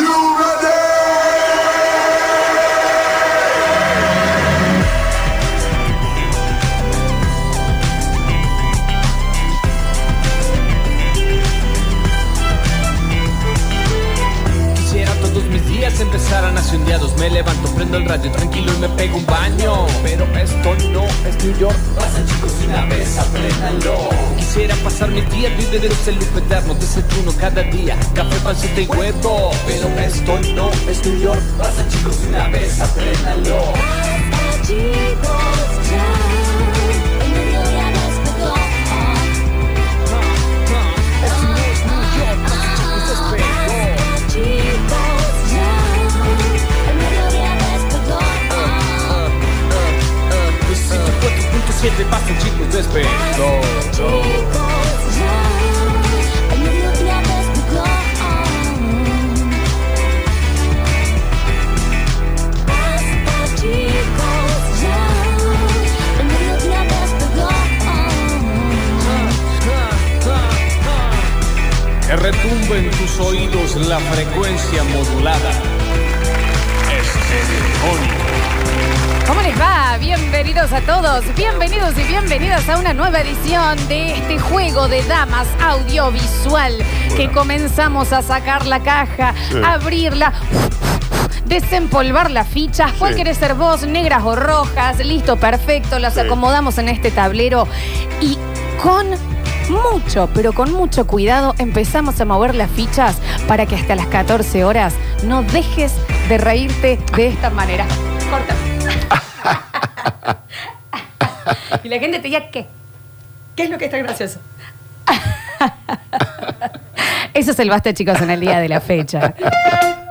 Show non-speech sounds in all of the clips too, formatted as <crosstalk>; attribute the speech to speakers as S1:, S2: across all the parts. S1: you ready?
S2: Quisiera todos mis días empezaran así un día dos Me levanto, prendo el radio tranquilo y me pego un baño Pero esto no es New York Pasa chicos una vez, apréndanlo Quisiera pasar mis días viviendo ese lujo eterno Desayuno cada día, café, pancita y huevo Pero esto no es New York Pasa chicos una vez, apréndanlo
S3: Basta, chicos, ya. El mediodía despertó. Basta, chicos, ya. El mediodía despertó.
S2: siete pasen chicos, despejo
S3: Chicos, ya. El mediodía despertó. Basta, chicos, ya. El mediodía despertó.
S2: Que retumbe en tus oídos la frecuencia modulada
S4: ¿Cómo les va? Bienvenidos a todos, bienvenidos y bienvenidas a una nueva edición de este juego de damas audiovisual que comenzamos a sacar la caja,
S1: Sí.
S4: abrirla. Desempolvar las fichas, cuál
S1: Sí.
S4: querés ser vos, negras o rojas, listo, perfecto, las
S1: Sí.
S4: acomodamos en este tablero y con mucho, pero con mucho cuidado empezamos a mover las fichas para que hasta las 14 horas no dejes de reírte de esta manera. Corta. Y la gente te diga, ¿qué? ¿Qué es lo que está gracioso? <laughs> Eso es el basta, chicos, en el día de la fecha.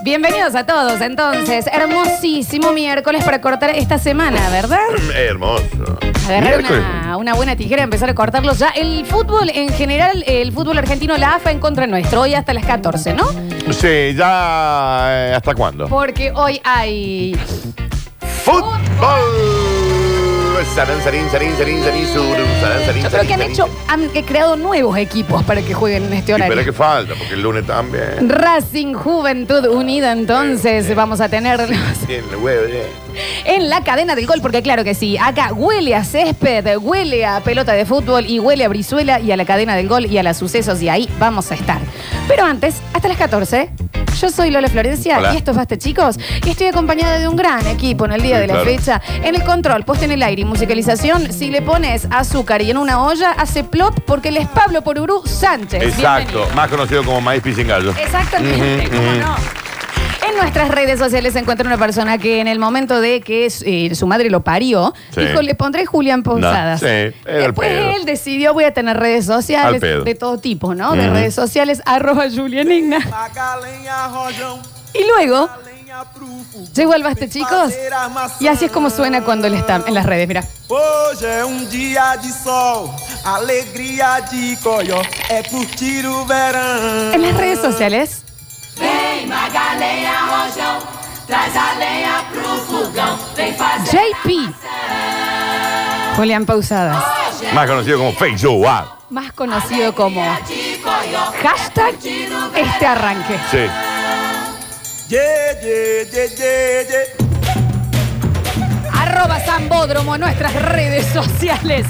S4: Bienvenidos a todos, entonces. Hermosísimo miércoles para cortar esta semana, ¿verdad?
S1: Hermoso.
S4: Agarrar
S1: Miércoles.
S4: una, una buena tijera, empezar a cortarlo ya. El fútbol en general, el fútbol argentino, la AFA en contra nuestro, hoy hasta las 14, ¿no?
S1: Sí, ya. eh, ¿Hasta cuándo?
S4: Porque hoy hay.
S1: Fútbol. Sarán, sarín, sarín, sarín, sarín, surum, sarán, sarín,
S4: Yo creo que han
S1: sarín,
S4: hecho,
S1: sarín.
S4: han eh, creado nuevos equipos para que jueguen en este
S1: Y
S4: horario.
S1: Pero que falta, porque el lunes también.
S4: Racing Juventud Unida,
S1: eh,
S4: entonces vamos a tenerlos
S1: Bien, el huevo, bien.
S4: en la cadena del gol, porque claro que sí, acá huele a césped, huele a pelota de fútbol y huele a Brizuela y a la cadena del gol y a los sucesos y ahí vamos a estar. Pero antes, hasta las 14, yo soy Lola Florencia
S1: Hola.
S4: y esto es Basta Chicos y estoy acompañada de un gran equipo en el día
S1: Sí,
S4: de la
S1: claro.
S4: fecha. En el control, puesta en el aire y musicalización, si le pones azúcar y en una olla, hace plop porque él es Pablo Porurú Sánchez.
S1: Exacto,
S4: Bienvenido.
S1: más conocido como maíz pisingallo.
S4: Exactamente,
S1: Ujú,
S4: ¿cómo
S1: ujú.
S4: no? En nuestras redes sociales se encuentra una persona que en el momento de que eh, su madre lo parió,
S1: Sí.
S4: dijo, le pondré Julián Posadas.
S1: No, sí, era el
S4: Después
S1: pedo.
S4: él decidió, voy a tener redes
S1: Al
S4: sociales
S1: pedo.
S4: de todo tipo, ¿no? De
S1: Ujú.
S4: redes sociales, arroba Julián Igna. Y luego llegó al Baste, chicos, y así es como suena cuando él está en las redes, mira.
S5: Hoje é um dia de sol, alegria de coió, é curtir o verão.
S4: En las redes sociales. JP. Julián Pausadas.
S1: Más conocido como Fake Joe. ah.
S4: más conocido como hashtag este arranque.
S1: Sí.
S5: Ye, ye, ye, ye, ye.
S4: Arroba Sambódromo, nuestras redes sociales.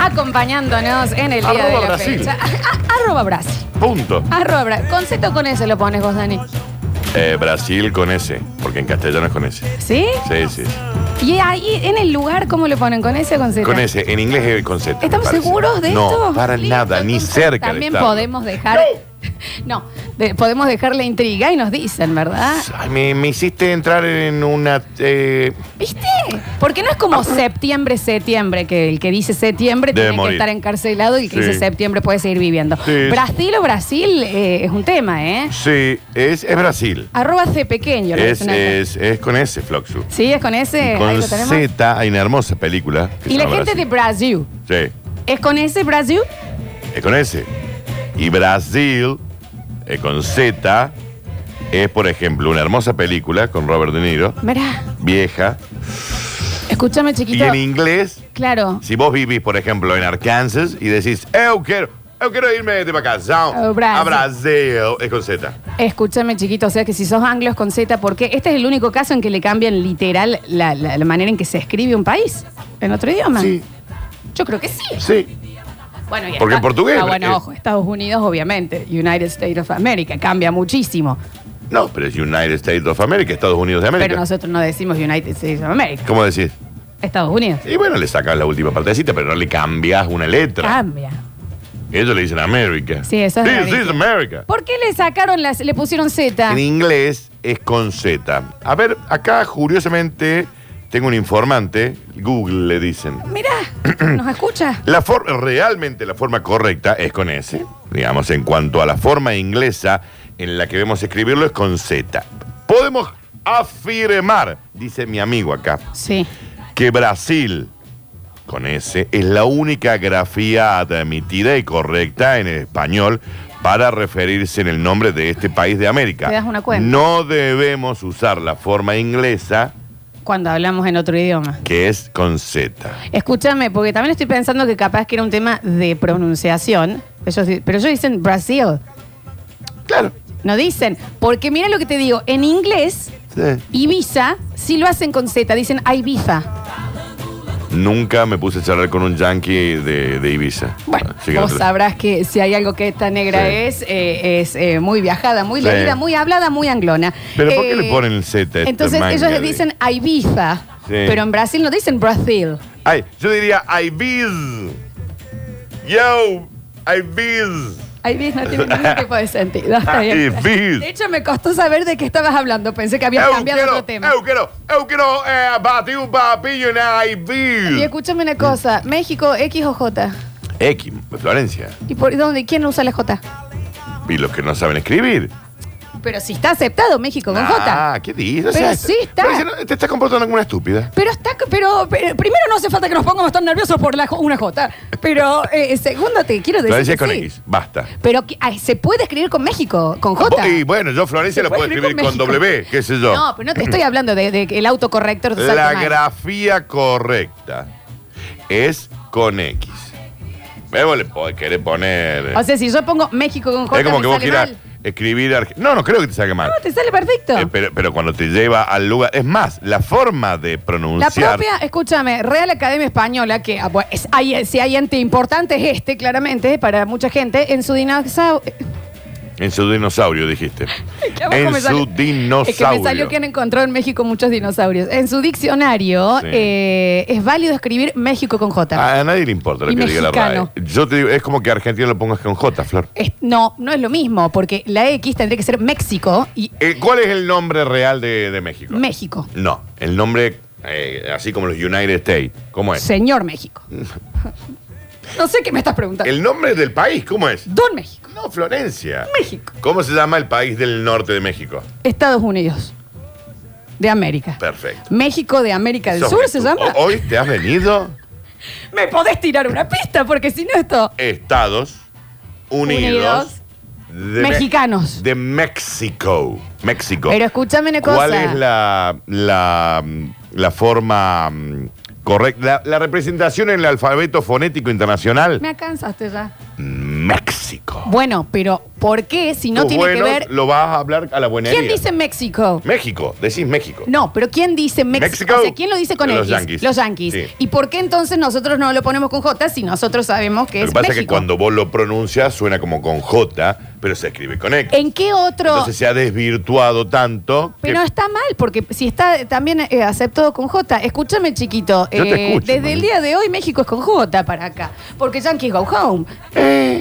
S4: Acompañándonos en el día
S1: Arroba
S4: de la
S1: Brasil.
S4: fecha. Arroba Brasil.
S1: Punto.
S4: Arroba Brasil. Concepto con ese lo pones vos, Dani.
S1: Eh, Brasil con S, porque en castellano es con S.
S4: ¿Sí?
S1: Sí, sí. sí.
S4: Y ahí en el lugar, ¿cómo lo ponen? ¿Con ese o con Z?
S1: Con S, en inglés es con Z. me
S4: ¿Estamos
S1: parece.
S4: seguros de
S1: no,
S4: esto?
S1: No, para
S4: Listo,
S1: nada, ni
S4: entonces
S1: cerca de
S4: También
S1: estarlo.
S4: podemos dejar. <laughs> No, de- podemos dejar la intriga y nos dicen, ¿verdad?
S1: Ay, me, me hiciste entrar en una. eh,
S4: ¿Viste? Porque no es como septiembre, septiembre, que el que dice septiembre
S1: Ah. Debe
S4: tiene
S1: morir.
S4: que estar encarcelado y el que
S1: Sí.
S4: dice septiembre puede seguir viviendo.
S1: Sí.
S4: Brasil o Brasil eh, es un tema, ¿eh?
S1: sí, es, es Brasil.
S4: Arroba C pequeño. ¿no?
S1: Es,
S4: una-
S1: es, es con S, Floxu.
S4: Sí, es con ese. Ahí
S1: Con
S4: lo tenemos.
S1: Z hay una hermosa película. que
S4: Y
S1: se
S4: la
S1: llama
S4: gente de
S1: Brasil.
S4: Brasil. ¿Es con ese Brasil?
S1: Sí, es con S. Y Brasil, eh, con Z, es, por ejemplo, una hermosa película con Robert De Niro,
S4: Mirá,
S1: vieja.
S4: es Escúchame,
S1: Y
S4: chiquito.
S1: en inglés,
S4: Claro.
S1: si vos vivís, por ejemplo, en Arkansas y decís, eu quiero, eu quiero irme de vacación
S4: A Brasil.
S1: a Brasil, es con Z.
S4: Escúchame, chiquito, o sea que si sos anglos con Z, porque este es el único caso en que le cambian literal la, la- la manera en que se escribe un país en otro idioma.
S1: Sí,
S4: Yo creo que sí.
S1: sí.
S4: Bueno, y
S1: Porque en portugués,
S4: Ah, bueno,
S1: eh.
S4: ojo, Estados Unidos, obviamente, United States of America, cambia muchísimo.
S1: No, pero es United States of America, Estados Unidos de América.
S4: Pero nosotros no decimos United States of America,
S1: ¿Cómo decís?
S4: Estados Unidos.
S1: Y bueno, le sacas la última partecita, pero no le cambias una letra.
S4: Cambia.
S1: Ellos le dicen América.
S4: Ah. Sí, eso es
S1: This
S4: rarísimo.
S1: is America.
S4: ¿Por qué le sacaron las, le pusieron Z?
S1: En inglés es con Z. A ver, acá curiosamente tengo un informante, Google le dicen.
S4: Mirá, nos escucha.
S1: La for- realmente la forma correcta es con S. Digamos, en cuanto a la forma inglesa en la que vemos escribirlo es con Z. Podemos afirmar, dice mi amigo acá,
S4: Sí.
S1: que Brasil, con S, es la única grafía admitida y correcta en el español para referirse en el nombre de este país de América.
S4: Te das una cuenta.
S1: No debemos usar la forma inglesa,
S4: Cuando hablamos en otro idioma.
S1: que es con Z.
S4: Escúchame, porque también estoy pensando que capaz que era un tema de pronunciación. Ellos di- pero ellos dicen Brasil.
S1: Claro.
S4: No dicen. Porque mira lo que te digo. En inglés,
S1: Sí.
S4: Ibiza, si lo hacen con Z, dicen Ibiza.
S1: Nunca me puse a charlar con un yankee de, de Ibiza.
S4: Bueno,
S1: Así que
S4: vos
S1: no te-
S4: sabrás que si hay algo que esta negra
S1: Ah, Sí.
S4: es, eh, es eh, muy viajada, muy
S1: Sí.
S4: leída, muy hablada, muy anglona.
S1: Pero ¿por
S4: Eh,
S1: qué le ponen el Z? a esta
S4: Entonces
S1: manga
S4: ellos le
S1: de-
S4: dicen Ibiza, pero en Brasil no dicen Brasil.
S1: Ay, yo diría Ibiz. Yo, Ibiz.
S4: Ibiza no tiene
S1: <laughs>
S4: ningún tipo de sentido. <laughs> Está bien.
S1: Ah, Ibiza.
S4: De hecho, me costó saber de qué estabas hablando. Pensé que habías
S1: Eu
S4: cambiado
S1: quiero,
S4: otro tema.
S1: Eu quiero, eu quiero eh, batir un papillo en
S4: Y
S1: Ibiza.
S4: escúchame una cosa. México, X o J.
S1: X, Florencia.
S4: ¿Y por dónde? ¿Quién no usa la J?
S1: Y los que no saben escribir.
S4: Pero si está aceptado México con J.
S1: Ah, ¿qué dices?
S4: Pero sí está.
S1: Florencia, no, te estás comportando como una estúpida.
S4: Pero está, pero, pero primero no hace falta que nos pongamos tan nerviosos por la, una J. Pero eh, segundo te quiero decir.
S1: Florencia
S4: que
S1: es con
S4: sí.
S1: X, basta.
S4: Pero que- ay, se puede escribir con México, con J.
S1: Y bueno, yo Florencia
S4: Se
S1: la
S4: puede
S1: puedo escribir con,
S4: México.
S1: W, qué sé yo.
S4: No, pero no te estoy hablando del de, el autocorrector de
S1: La
S4: Salto Mar.
S1: grafía correcta es con X. Eh, vos le podés querer poner.
S4: O sea, si yo pongo México con J,
S1: es como
S4: me
S1: que vos
S4: sale
S1: quieras
S4: mal.
S1: escribir. arge- No, no creo que te salga mal.
S4: No, te sale perfecto.
S1: Eh, pero, pero cuando te lleva al lugar. Es más, la forma de
S4: La
S1: pronunciar.
S4: propia, escúchame, Real Academia Española, que ah, bueno, es- hay, si hay ente importante es este, claramente, para mucha gente, en su <laughs> dinosaurio.
S1: En su
S4: <laughs>
S1: dinosaurio, dijiste.
S4: que abajo
S1: en
S4: me
S1: su
S4: salió-
S1: dinosaurio.
S4: Es que me salió que han encontrado en México muchos dinosaurios. En su diccionario
S1: Sí. Ah.
S4: eh, es válido escribir México con J.
S1: a, a nadie le importa lo
S4: Y
S1: que diga la
S4: mexicano.
S1: RAE. Yo te digo, es como que Argentina lo pongas con J, Flor.
S4: Es- no, no es lo mismo, porque la X tendría que ser México y
S1: Eh, ¿Cuál es el nombre real de, de México?
S4: México.
S1: No, el nombre, eh, así como los United States. ¿Cómo es?
S4: Señor
S1: <laughs>
S4: México. no sé qué me estás preguntando.
S1: El nombre del país, ¿cómo es?
S4: Don México.
S1: No, Florencia.
S4: México.
S1: ¿Cómo se llama el país del norte de México?
S4: Estados Unidos. De América.
S1: Perfecto.
S4: México de América del
S1: Sos
S4: Sur
S1: una
S4: se
S1: estu-
S4: llama.
S1: O- Hoy te has venido
S4: ¿Me podés tirar una pista? Porque si no esto...
S1: Estados Unidos, de Me-
S4: Mexicanos.
S1: de México. México.
S4: Pero escúchame una cosa.
S1: ¿Cuál es la, la, la forma mm, correcta? La, la representación en el alfabeto fonético internacional.
S4: Me alcanzaste ya.
S1: México.
S4: Bueno, pero ¿por qué si no
S1: Tus
S4: tiene que
S1: buenos
S4: ver...
S1: Pues Lo vas a hablar a la buenería.
S4: ¿Quién dice México?
S1: México, decís México.
S4: No, pero ¿quién dice México?
S1: México.
S4: O sea, ¿quién lo dice con
S1: Los
S4: X?
S1: yanquis.
S4: Los yanquis.
S1: Sí.
S4: ¿Y por qué entonces nosotros no lo ponemos con J si nosotros sabemos que
S1: Lo
S4: es
S1: que pasa es que
S4: México?
S1: cuando vos lo pronuncias suena como con J, pero se escribe con X.
S4: ¿En qué otro...?
S1: Entonces se ha desvirtuado tanto. que-
S4: Pero está mal, porque si está también eh, aceptado con J, escúchame chiquito, eh,
S1: Yo te escucho,
S4: desde
S1: mami.
S4: el día de hoy México es con J para acá, porque Yankees go home.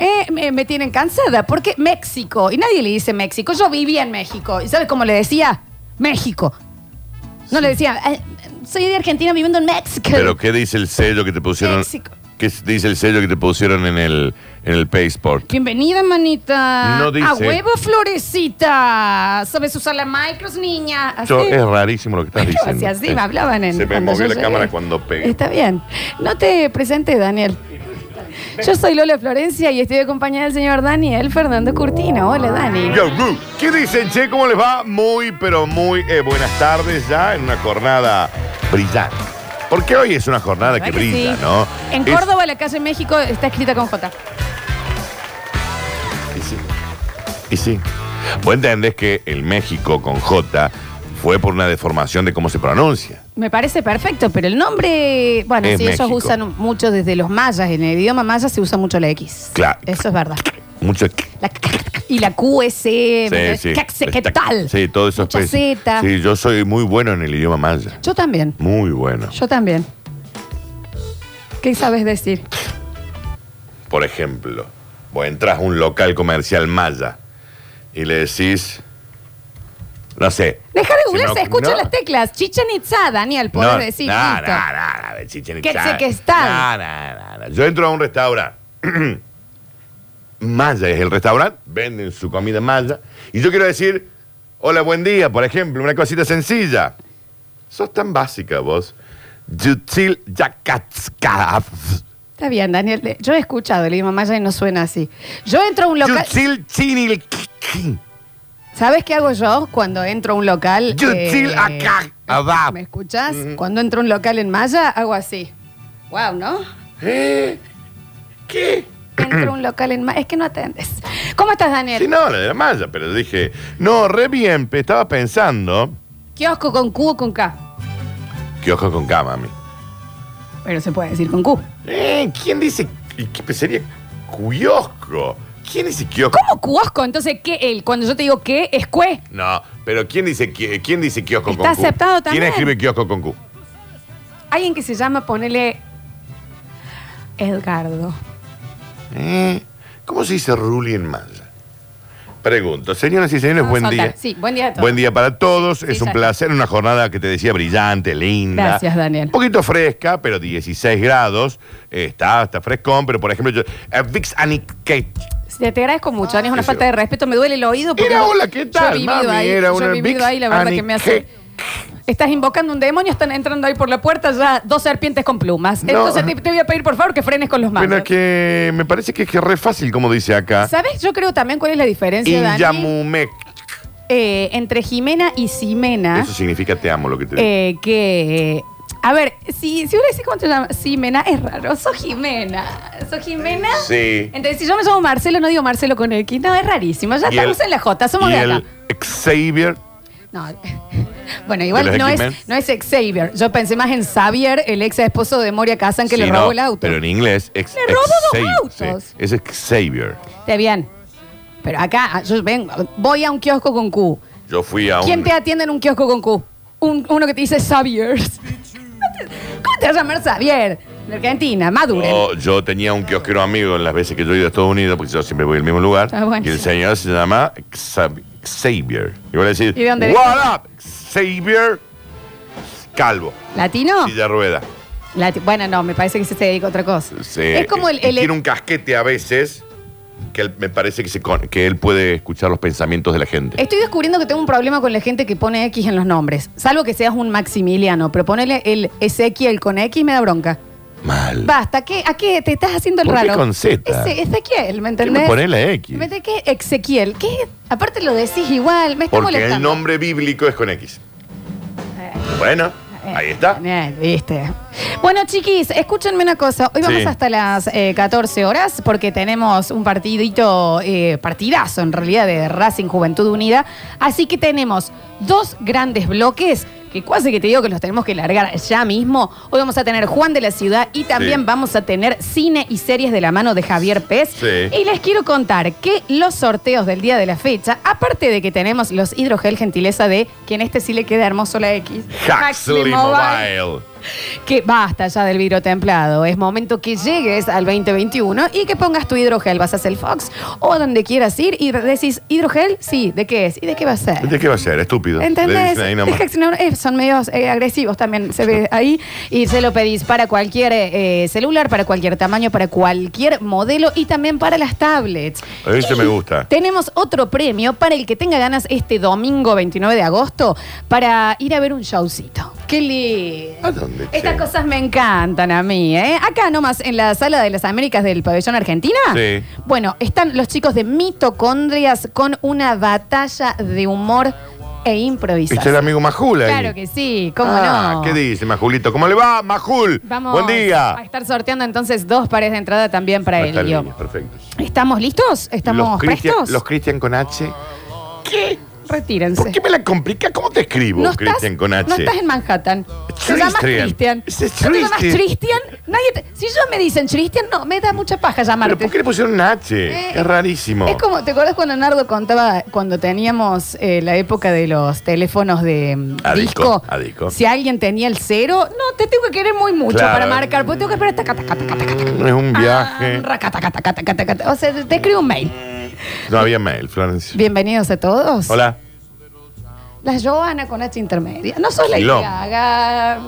S4: Eh, me, me tienen cansada, porque México, y nadie le dice México, yo vivía en México, ¿y sabes cómo le decía? México. No le decía, "Ah, soy de Argentina viviendo en México.
S1: Pero ¿qué dice el sello que te pusieron?
S4: México.
S1: ¿Qué dice el sello que te pusieron en el, en el
S4: <laughs>
S1: Passport?
S4: Bienvenida, manita.
S1: No dice.
S4: A huevo, florecita. ¿Sabes usar la micros, niña? Así.
S1: Yo- es rarísimo lo
S4: <laughs>
S1: que estás
S4: Pero
S1: diciendo. Eh.
S4: si así
S1: Es-
S4: me hablaban en
S1: Se me
S4: cuando
S1: movió
S4: yo
S1: la
S4: llegué.
S1: cámara cuando pegué.
S4: Está bien. No te presenté, Daniel. Yo soy Lola Florencia y estoy acompañada del señor Daniel Fernando Curtino. Hola, Dani.
S1: Yo, Ru, ¿Qué dicen, Che? ¿Cómo les va? Muy, pero muy eh, buenas tardes ya en una jornada brillante. Porque hoy es una jornada que
S4: ¿Verdad que
S1: brilla,
S4: sí?
S1: ¿no?
S4: En
S1: Es-
S4: Córdoba, la calle México está escrita con J.
S1: Y sí. Y sí. Vos entendés que el México con J fue por una deformación de cómo se pronuncia.
S4: Me parece perfecto, pero el nombre, bueno,
S1: Es
S4: sí, ellos
S1: México.
S4: usan mucho desde los mayas, en el idioma maya se usa mucho la X.
S1: Claro.
S4: Eso es verdad.
S1: Mucho.
S4: La c- y la QS, ¿me
S1: sí.
S4: entendés? Eh, ¿qué qué tal?
S1: Sí, todo eso es
S4: Mucha
S1: pésimo.
S4: zeta.
S1: Sí, yo soy muy bueno en el idioma maya.
S4: Yo también,
S1: Muy bueno.
S4: yo también. ¿Qué sabes decir?
S1: Por ejemplo, vos entras a un local comercial maya y le decís. No sé.
S4: Deja de
S1: Si me
S4: googlear, se
S1: ocu-
S4: escuchan
S1: no.
S4: las teclas. Chichen Itzá, Daniel, podés
S1: no,
S4: decir.
S1: No,
S4: listo.
S1: no, no, no, no, Chichen
S4: Que
S1: Itzá.
S4: sé que está.
S1: No, no, no, no. Yo entro a un restaurante. <clears throat> maya es el restaurante, venden su comida maya. Y yo quiero decir, hola, buen día, por ejemplo, una cosita sencilla. Sos tan básica vos. Yutzil yakatskaf.
S4: Está bien, Daniel. de- Yo he escuchado el idioma maya y no suena así. Yo entro a un local.
S1: Yutzil chinil kikin.
S4: ¿Sabes qué hago yo cuando entro a un local? eh,
S1: Yutzil acá, abab.
S4: ¿Me escuchás? Cuando entro a un local en maya, hago así. Wow,
S1: <clears throat>
S4: ¿no?
S1: ¿Eh? ¿Qué?
S4: Entro a un local en maya. Es que no atendes. ¿Cómo estás, Daniel?
S1: Sí, no, la de la malla, pero dije, no, re bien, pe- estaba pensando.
S4: Kiosco con Q o con K.
S1: Que ojo con K, mami.
S4: Pero se puede decir con Q.
S1: Eh, ¿Quién dice y qué pizzería? Kiosco. ¿Quién dice kiosco?
S4: ¿Cómo kiosco? Entonces, ¿qué? El, cuando yo te digo qué, es cue.
S1: No, pero ¿quién dice, qui- quién dice kiosco
S4: Está
S1: con Q?
S4: aceptado también.
S1: ¿Quién escribe kiosco con Q?
S4: Alguien que se llama, ponele. Edgardo.
S1: Eh, ¿Cómo se dice Ruli en malla? Pregunto. Señoras y señores,
S4: Vamos
S1: buen
S4: a soltar.
S1: día.
S4: Sí, buen día a todos.
S1: Buen día para todos. es
S4: sí,
S1: un
S4: ya.
S1: placer. Una jornada que te decía brillante, linda.
S4: Gracias, Daniel.
S1: Un poquito fresca, pero 16 grados. Eh, está, está frescón, pero por ejemplo, yo. eh, Vix Aniket.
S4: Te, te agradezco mucho, Dani, es una
S1: qué
S4: falta
S1: sé yo.
S4: de respeto, me duele el oído porque
S1: Era
S4: yo-
S1: hola, ¿qué
S4: Yo he
S1: tal,
S4: vivido
S1: mami?
S4: ahí,
S1: Era
S4: yo
S1: una
S4: he vivido
S1: Vix
S4: ahí, la verdad que me hace.
S1: Anique.
S4: Estás invocando un demonio, están entrando ahí por la puerta ya dos serpientes con plumas.
S1: No.
S4: Entonces te, te voy a pedir por favor que frenes con los manos.
S1: Pero que me parece que es que es re fácil, como dice acá.
S4: ¿Sabes? Yo creo también cuál es la diferencia, Dani,
S1: Inyamumek.
S4: eh, entre Jimena y Simena,
S1: Eso significa te amo lo que te digo.
S4: ¿Ah? eh, que a ver, si, si uno dice cómo te llamas, Simena es raro. Sos Jimena. ¿Sos Jimena?
S1: Sí.
S4: Entonces, si yo me llamo Marcelo, no digo Marcelo con X. No, es rarísimo. Ya
S1: Y
S4: estamos
S1: el-
S4: en la J, somos
S1: y
S4: de acá.
S1: el Xavier.
S4: No. <laughs> Bueno,
S1: ¿De
S4: igual
S1: los
S4: no
S1: X-Men?
S4: es, no es Xavier. Yo pensé más en Xavier, el ex esposo de Moria Kazan que
S1: Sí,
S4: le
S1: no,
S4: robó el auto.
S1: Pero en inglés. Ex,
S4: Le robó dos
S1: Xavier,
S4: autos.
S1: sí. es Xavier.
S4: Está bien. Pero acá, ah, yo vengo, voy a un kiosco con Q.
S1: Yo fui a un.
S4: ¿Quién te atiende en un kiosco con Q? Un- uno que te dice Xavier. <laughs> ¿Cómo te vas a llamar Xavier? De Argentina, Maduren.
S1: yo, yo tenía un kiosquero amigo en las veces que yo he ido a Estados Unidos, porque yo siempre voy al mismo lugar.
S4: Ah, bueno.
S1: Y el señor se llama Xav- Xavier. Y voy a decir,
S4: ¿Y de dónde eres?
S1: What up, Xavier Calvo,
S4: ¿Latino?
S1: silla rueda.
S4: Lati- bueno, no, me parece que se dedica a otra cosa.
S1: Sí,
S4: es como el,
S1: y
S4: el-
S1: tiene un casquete a veces que él- me parece que, se con- que él puede escuchar los pensamientos de la gente.
S4: Estoy descubriendo que tengo un problema con la gente que pone X en los nombres. Salvo que seas un Maximiliano, pero ponele el Ezequiel con X me da bronca.
S1: Mal.
S4: Basta, ¿qué, ¿a qué te estás haciendo el
S1: ¿Por qué
S4: raro?
S1: con Z?
S4: Ese- Ezequiel, ¿me
S1: ¿Qué
S4: entendés?
S1: me pone la X?
S4: ¿Me entendés? ¿Qué es Ezequiel? ¿Qué? Aparte lo decís igual, me está
S1: Porque el
S4: molestando.
S1: nombre bíblico es con X. Bueno, ahí está.
S4: Eh, viste. Bueno, chiquis, escúchenme una cosa. Hoy vamos
S1: Sí.
S4: hasta las eh, 14 horas porque tenemos un partidito, eh, partidazo en realidad de Racing Juventud Unida. Así que tenemos dos grandes bloques que casi que te digo que los tenemos que largar ya mismo. Hoy vamos a tener Juan de la Ciudad y también
S1: Sí.
S4: vamos a tener cine y series de la mano de Javier Pez.
S1: Sí.
S4: Y les quiero contar que los sorteos del día de la fecha, aparte de que tenemos los hidrogel gentileza de que en este sí le queda hermoso la X.
S1: Huxley Mobile.
S4: Que basta ya del vidrio templado. Es momento que llegues al 2021 y que pongas tu hidrogel. Vas a hacer Fox o a donde quieras ir y decís, ¿hidrogel? Sí, ¿de qué es? ¿Y de qué va a ser?
S1: ¿De qué va a ser? Estúpido. Le
S4: ¿Entendés?
S1: dicen ahí nomás.
S4: Es que no- eh, son medios eh, agresivos también, se ve ahí. Y se lo pedís para cualquier eh, celular, para cualquier tamaño, para cualquier modelo y también para las tablets.
S1: Ese
S4: Y
S1: me gusta.
S4: Tenemos otro premio para el que tenga ganas este domingo 29 de agosto para ir a ver un showcito. ¡Qué lindo!
S1: ¿A dónde, che?
S4: Estas cosas me encantan a mí, ¿eh? Acá nomás, en la sala de las Américas del pabellón Argentina.
S1: Sí.
S4: Bueno, están los chicos de mitocondrias con una batalla de humor e improvisas.
S1: Está el amigo Majul ahí.
S4: Claro que sí, cómo
S1: Ah,
S4: no.
S1: ¿Qué dice, Majulito? ¿Cómo le va, Majul?
S4: Vamos
S1: Buen
S4: a
S1: día.
S4: estar sorteando entonces dos pares de entrada también para
S1: Va a
S4: el
S1: estar
S4: Elio.
S1: bien, Perfecto.
S4: ¿Estamos listos? ¿Estamos
S1: los Cristian-
S4: prestos?
S1: Los Cristian con H. ¿Qué? ¿Por
S4: Retírense.
S1: qué me la complica? ¿Cómo te escribo,
S4: No estás,
S1: Cristian con H?
S4: no estás en Manhattan. Te
S1: Christian.
S4: llamas Cristian.
S1: Es
S4: ¿No te llamas
S1: Christian.
S4: Cristian? Nadie te- Si yo me dicen Cristian, no, me da mucha paja
S1: ¿Pero
S4: llamarte.
S1: por qué le pusieron un H?
S4: Eh,
S1: es rarísimo.
S4: Es como, ¿te acuerdas cuando Nardo contaba cuando teníamos eh, la época de los teléfonos de mm,
S1: A disco,
S4: disco?
S1: a disco.
S4: Si alguien tenía el cero, no, te tengo que querer muy mucho
S1: Claro.
S4: para marcar, porque tengo que esperar taca, taca, taca, taca, taca.
S1: Es un viaje.
S4: Ah, raca, taca, taca, taca, taca. O sea, te escribo un mail.
S1: No había mail, Florencia.
S4: Bienvenidos a todos.
S1: Hola.
S4: La Joana con H intermedia. No soy la
S1: Quilombo.
S4: Gaga.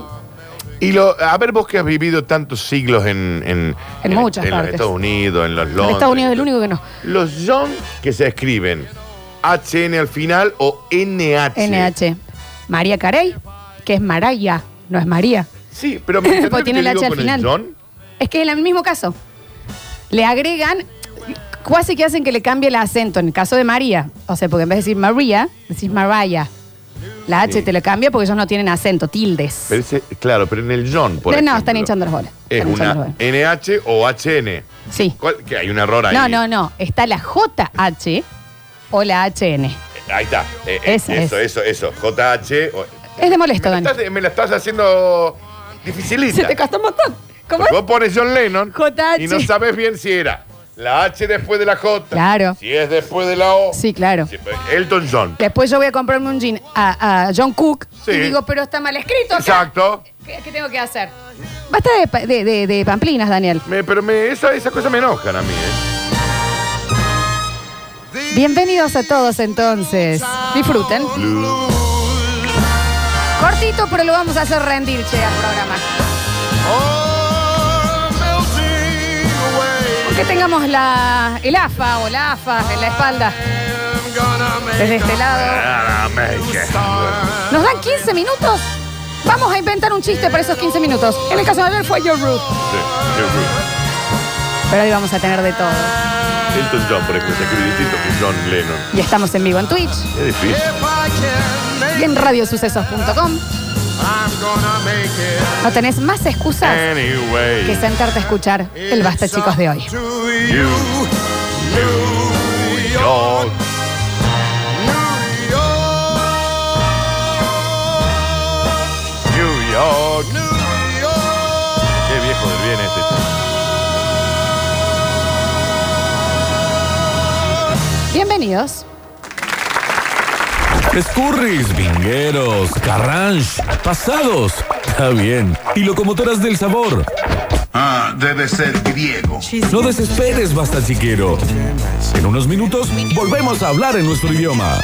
S1: Y lo, a ver, vos que has vivido tantos siglos en. En,
S4: En muchas
S1: en
S4: partes.
S1: los Estados Unidos, en los Londres.
S4: En Estados Unidos es el único que no.
S1: Los John que se escriben HN al final o NH.
S4: NH. María Carey, que es Maraya, no es María.
S1: Sí,
S4: <laughs>
S1: pero me encanta
S4: Porque
S1: que
S4: Pues tiene el
S1: te digo
S4: H al
S1: con el
S4: final.
S1: John.
S4: Es que es el mismo caso. Le agregan, casi que hacen que le cambie el acento en el caso de María. O sea, porque en vez de decir María, decís Mariah. La H
S1: Sí.
S4: te lo cambia porque ellos no tienen acento, tildes.
S1: Pero ese- claro, pero en el John, por
S4: no,
S1: ejemplo,
S4: no, están hinchando las bolas.
S1: Es
S4: Están hinchando
S1: una
S4: las bolas.
S1: NH o HN.
S4: Sí.
S1: ¿Cuál? Que hay un error ahí.
S4: No, no, no. Está la JH o la HN.
S1: Eh, Ahí está. Eh, eh,
S4: Esa
S1: eso, eso, eso. JH. o-
S4: Es de
S1: Me,
S4: molesto,
S1: la
S4: Dani.
S1: estás, me la estás haciendo
S4: Se
S1: dificilita.
S4: te costó un montón. ¿Cómo
S1: Porque
S4: es?
S1: vos pones John Lennon
S4: JH.
S1: y no sabes bien si era la H después de la J.
S4: Claro.
S1: Si es después de la O.
S4: Sí, claro.
S1: Si- Elton John.
S4: Después yo voy a comprarme un jean a, a John Cook
S1: Sí.
S4: y digo, pero está mal escrito. acá.
S1: Exacto.
S4: ¿Qué, qué tengo que hacer? Basta de, pa- de- de- de pamplinas, Daniel.
S1: Me- pero me, esa, esas cosas me enojan a mí. ¿eh?
S4: Bienvenidos a todos entonces. Disfruten. Cortito, pero lo vamos a hacer rendir, che, al programa. Que tengamos la, el AFA o la AFA en la espalda. Desde este lado.
S1: Ah, me- que-
S4: ¿Nos dan 15 minutos? Vamos a inventar un chiste para esos 15 minutos. En el caso de ayer fue Your Root.
S1: Sí,
S4: Pero hoy vamos a tener de todo.
S1: sí. Elton John, por ejemplo, se escribe distinto que John Lennon.
S4: Y estamos en vivo en Twitch
S1: Es difícil.
S4: y en radiosucesos.com. No tenés más excusas
S1: Anyway.
S4: que sentarte a escuchar el Basta Chicos de hoy.
S1: You, New York. New York. Qué viejo del bien este chico.
S4: Bienvenidos.
S6: Escurris, vingueros, carranche, pasados. Está bien. Y locomotoras del sabor.
S7: Ah, debe ser griego.
S6: No desesperes, basta chiquero. En unos minutos volvemos a hablar en nuestro idioma.